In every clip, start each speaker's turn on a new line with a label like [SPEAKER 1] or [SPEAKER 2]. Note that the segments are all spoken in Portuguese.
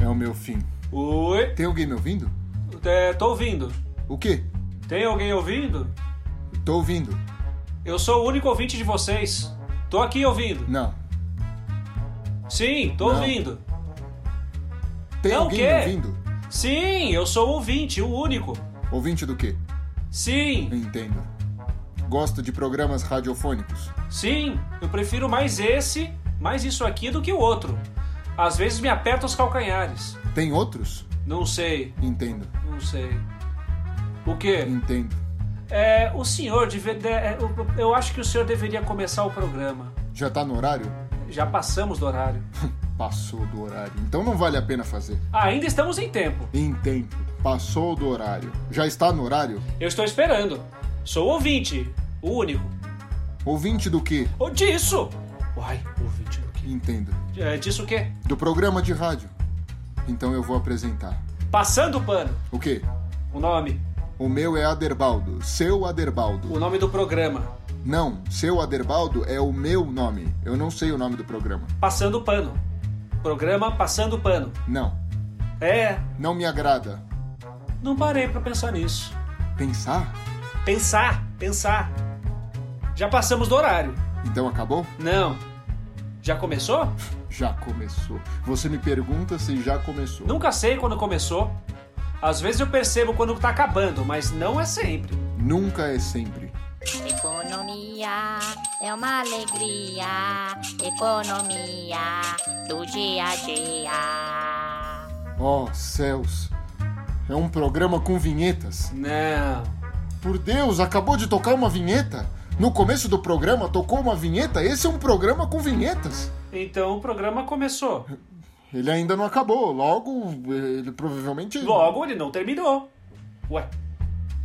[SPEAKER 1] É meu fim.
[SPEAKER 2] Oi,
[SPEAKER 1] Tem alguém me ouvindo?
[SPEAKER 2] é, tô ouvindo.
[SPEAKER 1] O quê?
[SPEAKER 2] Tem alguém ouvindo?
[SPEAKER 1] Tô ouvindo.
[SPEAKER 2] Eu sou o único ouvinte de vocês. Tô aqui ouvindo.
[SPEAKER 1] Não.
[SPEAKER 2] Sim, tô
[SPEAKER 1] Não.
[SPEAKER 2] ouvindo.
[SPEAKER 1] Tem
[SPEAKER 2] Não, É o
[SPEAKER 1] alguém
[SPEAKER 2] quê?
[SPEAKER 1] me ouvindo?
[SPEAKER 2] Sim, eu sou o ouvinte, o único.
[SPEAKER 1] Ouvinte do quê?
[SPEAKER 2] Sim,
[SPEAKER 1] Entendo. Gosto de programas radiofônicos.
[SPEAKER 2] sim, eu prefiro mais esse, mais isso aqui do que o outro. Às vezes me aperta os calcanhares.
[SPEAKER 1] Tem outros?
[SPEAKER 2] Não sei,
[SPEAKER 1] Entendo.
[SPEAKER 2] não sei. O quê?
[SPEAKER 1] Entendo.
[SPEAKER 2] É, o senhor deve, de- é, eu- eu acho que o senhor deveria começar o programa.
[SPEAKER 1] Já tá no horário?
[SPEAKER 2] Já passamos do horário.
[SPEAKER 1] Passou do horário. Então não vale a pena fazer.
[SPEAKER 2] Ainda estamos em tempo.
[SPEAKER 1] Entendo. Passou do horário. Já está no horário?
[SPEAKER 2] Eu estou esperando. Sou ouvinte, o único.
[SPEAKER 1] Ouvinte do quê?
[SPEAKER 2] Ou disso! Uai, ouvinte do quê?
[SPEAKER 1] Entendo.
[SPEAKER 2] É, disso o quê?
[SPEAKER 1] Do programa de rádio. Então eu vou apresentar.
[SPEAKER 2] Passando o pano.
[SPEAKER 1] O quê?
[SPEAKER 2] O nome.
[SPEAKER 1] O meu é Aderbaldo. Seu Aderbaldo.
[SPEAKER 2] O nome do programa.
[SPEAKER 1] Não, seu Aderbaldo é o meu nome. Eu não sei o nome do programa.
[SPEAKER 2] Passando o pano. Programa Passando o Pano.
[SPEAKER 1] Não,
[SPEAKER 2] É,
[SPEAKER 1] não me agrada.
[SPEAKER 2] não parei pra pensar nisso.
[SPEAKER 1] Pensar?
[SPEAKER 2] Pensar, pensar. Já passamos do horário.
[SPEAKER 1] Então acabou?
[SPEAKER 2] Não. Já começou?
[SPEAKER 1] Já começou. Você me pergunta se já começou.
[SPEAKER 2] Nunca sei quando começou. Às vezes eu percebo quando tá acabando, mas não é sempre.
[SPEAKER 1] Nunca é sempre.
[SPEAKER 3] Economia é uma alegria, economia do dia a dia.
[SPEAKER 1] Oh, céus. É um programa com vinhetas.
[SPEAKER 2] Não.
[SPEAKER 1] Por Deus, acabou de tocar uma vinheta? No começo do programa tocou uma vinheta? Esse é um programa com vinhetas.
[SPEAKER 2] Então o programa começou.
[SPEAKER 1] Ele ainda não acabou. Logo, ele provavelmente.
[SPEAKER 2] Logo ele não terminou. Ué,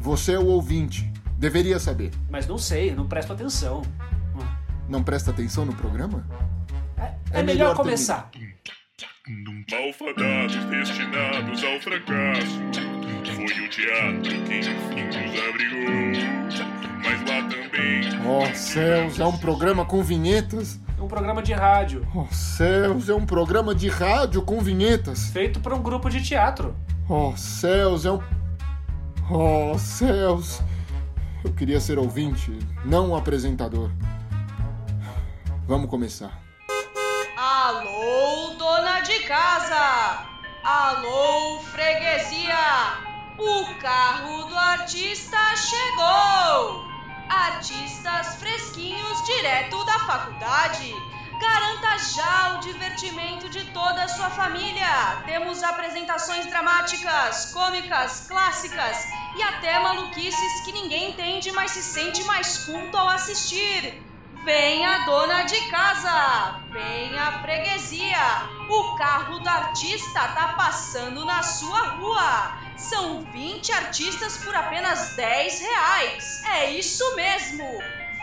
[SPEAKER 1] Você é o ouvinte. Deveria saber.
[SPEAKER 2] mas não sei, eu não presto atenção. Hum.
[SPEAKER 1] Não presta atenção no programa?
[SPEAKER 2] É,
[SPEAKER 1] É
[SPEAKER 2] melhor,
[SPEAKER 1] melhor
[SPEAKER 2] começar.
[SPEAKER 4] Malfadados destinados ao fracasso. Foi o teatro que enfim nos abrigou. Mas lá também.
[SPEAKER 1] Oh, céus, é um programa com vinhetas.
[SPEAKER 2] É um programa de rádio,
[SPEAKER 1] Oh, céus, é um programa de rádio com vinhetas.
[SPEAKER 2] feito por um grupo de teatro.
[SPEAKER 1] Oh, céus, é um. Oh, céus. Eu queria ser ouvinte, não um apresentador. Vamos começar.
[SPEAKER 5] Alô, dona de casa! Alô, freguesia! O carro do artista chegou! Artistas fresquinhos direto da faculdade! Garanta já o divertimento de toda a sua família! Temos apresentações dramáticas, cômicas, clássicas e até maluquices que ninguém entende, mas se sente mais culto ao assistir! Venha dona de casa, venha freguesia. O carro do artista tá passando na sua rua. São 20 artistas por apenas 10 reais. É isso mesmo,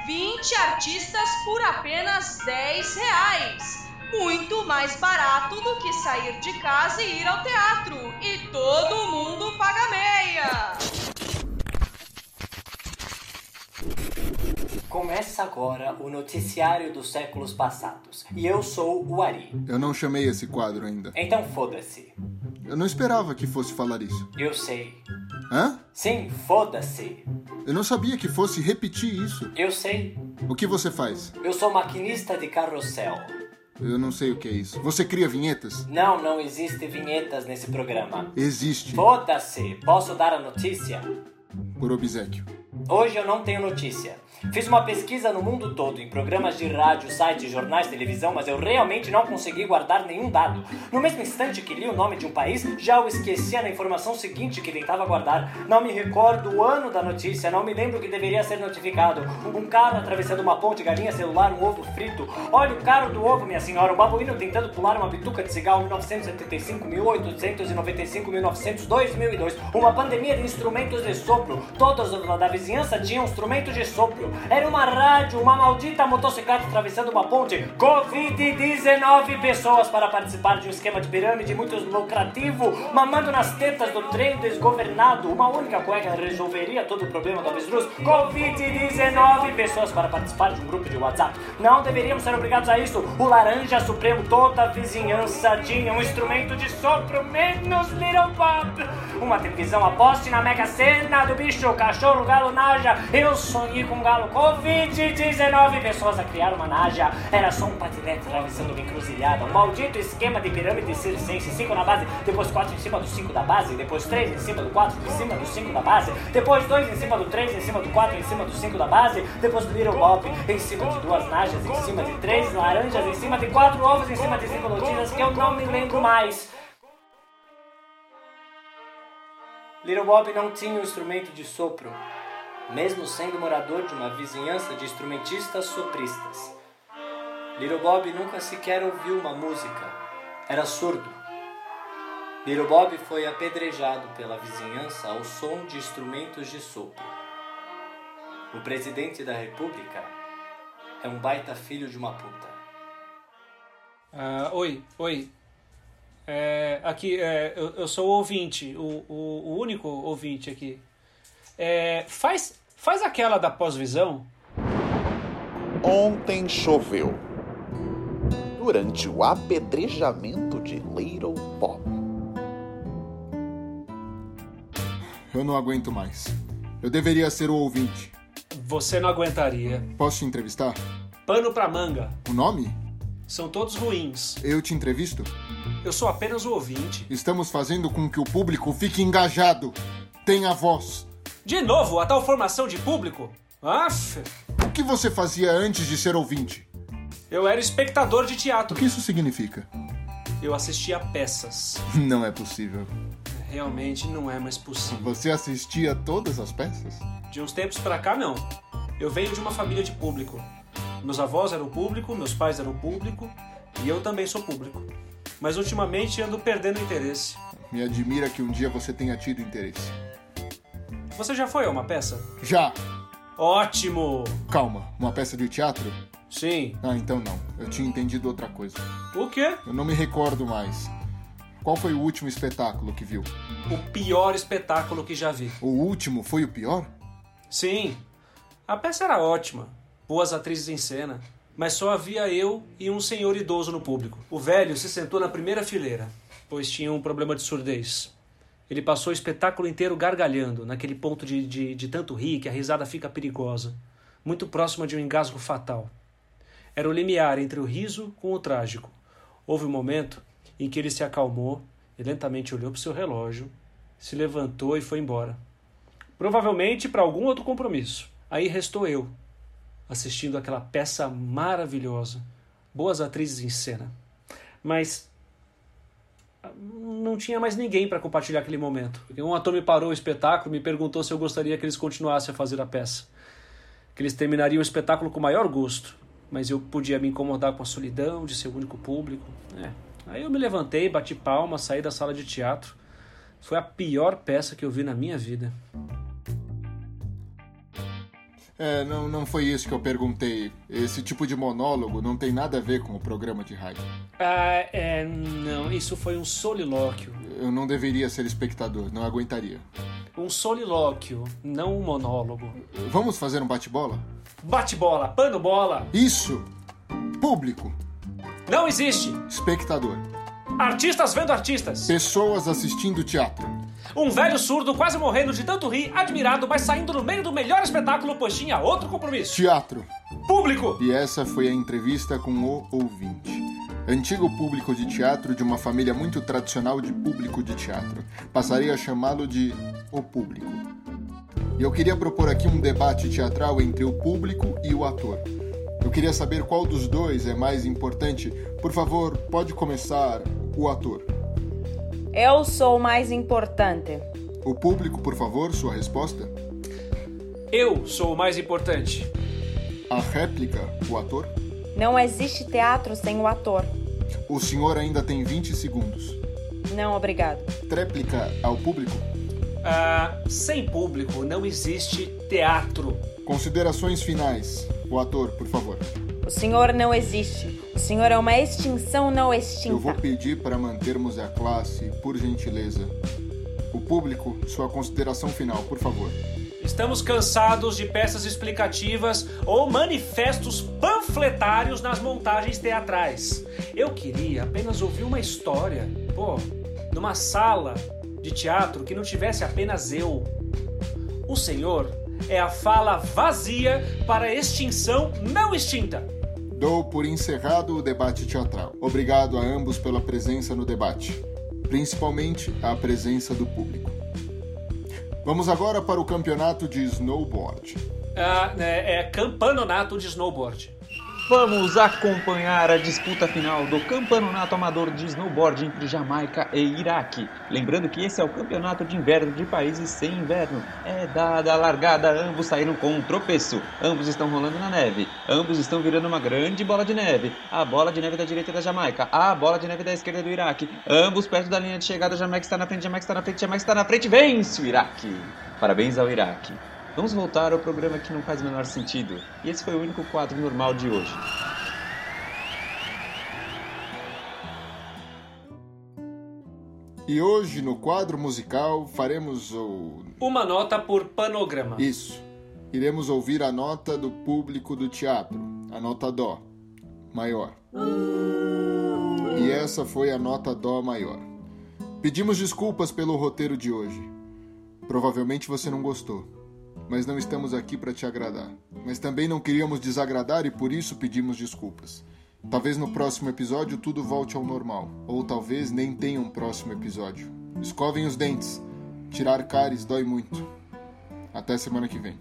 [SPEAKER 5] 20 artistas por apenas 10 reais. Muito mais barato do que sair de casa e ir ao teatro. E todo mundo paga meia.
[SPEAKER 6] Começa agora o noticiário dos séculos passados. E eu sou o Ari.
[SPEAKER 1] Eu não chamei esse quadro ainda.
[SPEAKER 6] Então foda-se.
[SPEAKER 1] Eu não esperava que fosse falar isso.
[SPEAKER 6] Eu sei.
[SPEAKER 1] Hã?
[SPEAKER 6] Sim, foda-se.
[SPEAKER 1] Eu não sabia que fosse repetir isso.
[SPEAKER 6] Eu sei.
[SPEAKER 1] O que você faz?
[SPEAKER 6] Eu sou maquinista de carrossel.
[SPEAKER 1] Eu não sei o que é isso. Você cria vinhetas?
[SPEAKER 6] Não, não existe vinhetas nesse programa.
[SPEAKER 1] Existe.
[SPEAKER 6] Foda-se. Posso dar a notícia?
[SPEAKER 1] Por obsequio.
[SPEAKER 6] Hoje eu não tenho notícia. Fiz uma pesquisa no mundo todo, em programas de rádio, sites, jornais, televisão, mas eu realmente não consegui guardar nenhum dado. No mesmo instante que li o nome de um país, já o esquecia na informação seguinte que tentava guardar. Não me recordo o ano da notícia, não me lembro o que deveria ser notificado. Um carro atravessando uma ponte, galinha celular, um ovo frito. Olha o caro do ovo, minha senhora, um babuíno tentando pular uma bituca de cigarro 1975, 1895, 1900, 2002. Uma pandemia de instrumentos de sopro. Todos da vizinhança tinham instrumentos de sopro. outro. Era uma rádio, uma maldita motocicleta atravessando uma ponte. Covid-19 pessoas para participar de um esquema de pirâmide muito lucrativo, mamando nas tetas do trem desgovernado. Uma única cueca resolveria todo o problema do avestruz. Covid-19 pessoas para participar de um grupo de WhatsApp. Não deveríamos ser obrigados a isso. O laranja supremo, toda a vizinhança tinha um instrumento de sopro, menos Little Bob. Uma televisão aposte na mega cena do bicho, cachorro, galo, naja. Eu sonhei com um galo Covid-19 pessoas a criar uma naja. Era só um patinete atravessando uma encruzilhada. Um maldito esquema de pirâmide circense. Cinco na base, depois quatro em cima do cinco da base, depois três em cima do quatro em cima do cinco da base, depois dois em cima do três em cima do quatro em cima do cinco da base, depois do Little Bob em cima de duas najas, em cima de três laranjas, em cima de quatro ovos, em cima de cinco notícias que eu não me lembro mais. Little Bob não tinha um instrumento de sopro, mesmo sendo morador de uma vizinhança de instrumentistas sopristas. Little Bob nunca sequer ouviu uma música, era surdo. Little Bob foi apedrejado pela vizinhança ao som de instrumentos de sopro. O presidente da república é um baita filho de uma puta.
[SPEAKER 2] Ah, oi, oi. É, aqui, é, eu, eu sou o ouvinte, o, o, o único ouvinte aqui. É, faz, faz aquela da pós-visão.
[SPEAKER 7] Ontem choveu. Durante o apedrejamento de Little Bob.
[SPEAKER 1] Eu não aguento mais. Eu deveria ser o ouvinte.
[SPEAKER 2] Você não aguentaria.
[SPEAKER 1] Posso te entrevistar?
[SPEAKER 2] Pano pra manga.
[SPEAKER 1] O nome?
[SPEAKER 2] São todos ruins.
[SPEAKER 1] Eu te entrevisto?
[SPEAKER 2] Eu sou apenas o ouvinte.
[SPEAKER 1] Estamos fazendo com que o público fique engajado, tenha voz.
[SPEAKER 2] De novo, a tal formação de público? Aff,
[SPEAKER 1] O que você fazia antes de ser ouvinte?
[SPEAKER 2] eu era espectador de
[SPEAKER 1] O
[SPEAKER 2] teatro.
[SPEAKER 1] que isso significa?
[SPEAKER 2] Eu assistia peças.
[SPEAKER 1] Não é possível.
[SPEAKER 2] Realmente não é mais possível.
[SPEAKER 1] Você assistia todas as peças?
[SPEAKER 2] De uns tempos pra cá, não. Eu venho de uma família de público. Meus avós eram público, meus pais eram público e eu também sou público. Mas ultimamente ando perdendo interesse.
[SPEAKER 1] Me admira que um dia você tenha tido interesse.
[SPEAKER 2] Você já foi a uma peça?
[SPEAKER 1] Já!
[SPEAKER 2] Ótimo!
[SPEAKER 1] Calma, uma peça de teatro?
[SPEAKER 2] Sim.
[SPEAKER 1] Ah, então não. Eu tinha entendido outra coisa.
[SPEAKER 2] O quê?
[SPEAKER 1] Eu não me recordo mais. Qual foi o último espetáculo que viu?
[SPEAKER 2] O pior espetáculo que já vi.
[SPEAKER 1] O último foi o pior?
[SPEAKER 2] Sim, a peça era ótima, boas atrizes em cena, mas só havia eu e um senhor idoso no público. O velho se sentou na primeira fileira, pois tinha um problema de surdez. Ele passou o espetáculo inteiro gargalhando, naquele ponto de, de, de tanto rir que a risada fica perigosa, muito próxima de um engasgo fatal. Era o limiar entre o riso com o trágico. Houve um momento em que ele se acalmou e lentamente olhou para o seu relógio, se levantou e foi embora provavelmente para algum outro compromisso. Aí restou eu, assistindo aquela peça maravilhosa, boas atrizes em cena. Mas ah, não tinha mais ninguém para compartilhar aquele momento. Um ator me parou o espetáculo, me perguntou se eu gostaria que eles continuassem a fazer a peça, que eles terminariam o espetáculo com o maior gosto, mas eu podia me incomodar com a solidão de ser o único público. É. Aí eu me levantei, bati palma, saí da sala de teatro. Foi a pior peça que eu vi na minha vida.
[SPEAKER 1] É, não, não foi isso que eu perguntei. Esse tipo de monólogo não tem nada a ver com o programa de rádio.
[SPEAKER 2] Ah, é. Não, isso foi um solilóquio.
[SPEAKER 1] Eu não deveria ser espectador, não aguentaria.
[SPEAKER 2] Um solilóquio, não um monólogo.
[SPEAKER 1] Vamos fazer um bate-bola?
[SPEAKER 2] Bate-bola, pano-bola,
[SPEAKER 1] Isso! Público,
[SPEAKER 2] não existe!
[SPEAKER 1] espectador,
[SPEAKER 2] Artistas vendo artistas!
[SPEAKER 1] pessoas assistindo teatro.
[SPEAKER 2] Um velho surdo quase morrendo de tanto rir, admirado, mas saindo no meio do melhor espetáculo, pois tinha outro compromisso.
[SPEAKER 1] Teatro!
[SPEAKER 2] Público!
[SPEAKER 1] E essa foi a entrevista com o ouvinte. Antigo público de teatro de uma família muito tradicional de público de teatro. Passaria a chamá-lo de o público. E eu queria propor aqui um debate teatral entre o público e o ator. Eu queria saber qual dos dois é mais importante. Por favor, pode começar o ator.
[SPEAKER 8] Eu sou o mais importante.
[SPEAKER 1] O público, por favor, sua resposta.
[SPEAKER 2] Eu sou o mais importante.
[SPEAKER 1] A réplica, o ator.
[SPEAKER 8] Não existe teatro sem o ator.
[SPEAKER 1] O senhor ainda tem 20 segundos.
[SPEAKER 8] Não, obrigado.
[SPEAKER 1] Tréplica ao público.
[SPEAKER 2] Ah, sem público não existe teatro.
[SPEAKER 1] Considerações finais. O ator, por favor.
[SPEAKER 8] O senhor não existe. O senhor é uma extinção não extinta.
[SPEAKER 1] Eu vou pedir para mantermos a classe, por gentileza. O público, sua consideração final, por favor.
[SPEAKER 2] Estamos cansados de peças explicativas ou manifestos panfletários nas montagens teatrais. Eu queria apenas ouvir uma história, pô, numa sala de teatro que não tivesse apenas eu. O senhor é a fala vazia para extinção não extinta.
[SPEAKER 1] Dou por encerrado o debate teatral. Obrigado a ambos pela presença no debate, principalmente a presença do público. Vamos agora para o campeonato de snowboard.
[SPEAKER 2] Ah, é, é campanonato de snowboard.
[SPEAKER 9] Vamos acompanhar a disputa final do Campeonato Amador de Snowboard entre Jamaica e Iraque. Lembrando que esse é o campeonato de inverno de países sem inverno. É dada a largada, ambos saíram com um tropeço. Ambos estão rolando na neve. Ambos estão virando uma grande bola de neve. A bola de neve da direita é da Jamaica, a bola de neve da esquerda é do Iraque. Ambos perto da linha de chegada, Jamaica está na frente, Jamaica está na frente, Jamaica está na frente. Vence o Iraque! Parabéns ao Iraque. Vamos voltar ao programa que não faz o menor sentido. E esse foi o único quadro normal de hoje.
[SPEAKER 1] E hoje, no quadro musical, faremos o.
[SPEAKER 2] Uma nota por panograma.
[SPEAKER 1] Isso. Iremos ouvir a nota do público do teatro, a nota Dó, maior. E essa foi a nota Dó maior. Pedimos desculpas pelo roteiro de hoje. Provavelmente você não gostou mas não estamos aqui para te agradar. Mas também não queríamos desagradar e por isso pedimos desculpas. Talvez no próximo episódio tudo volte ao normal, ou talvez nem tenha um próximo episódio. Escovem os dentes. Tirar cáries dói muito. Até semana que vem.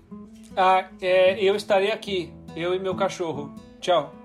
[SPEAKER 2] Ah, é, eu estarei aqui, eu e meu cachorro. Tchau.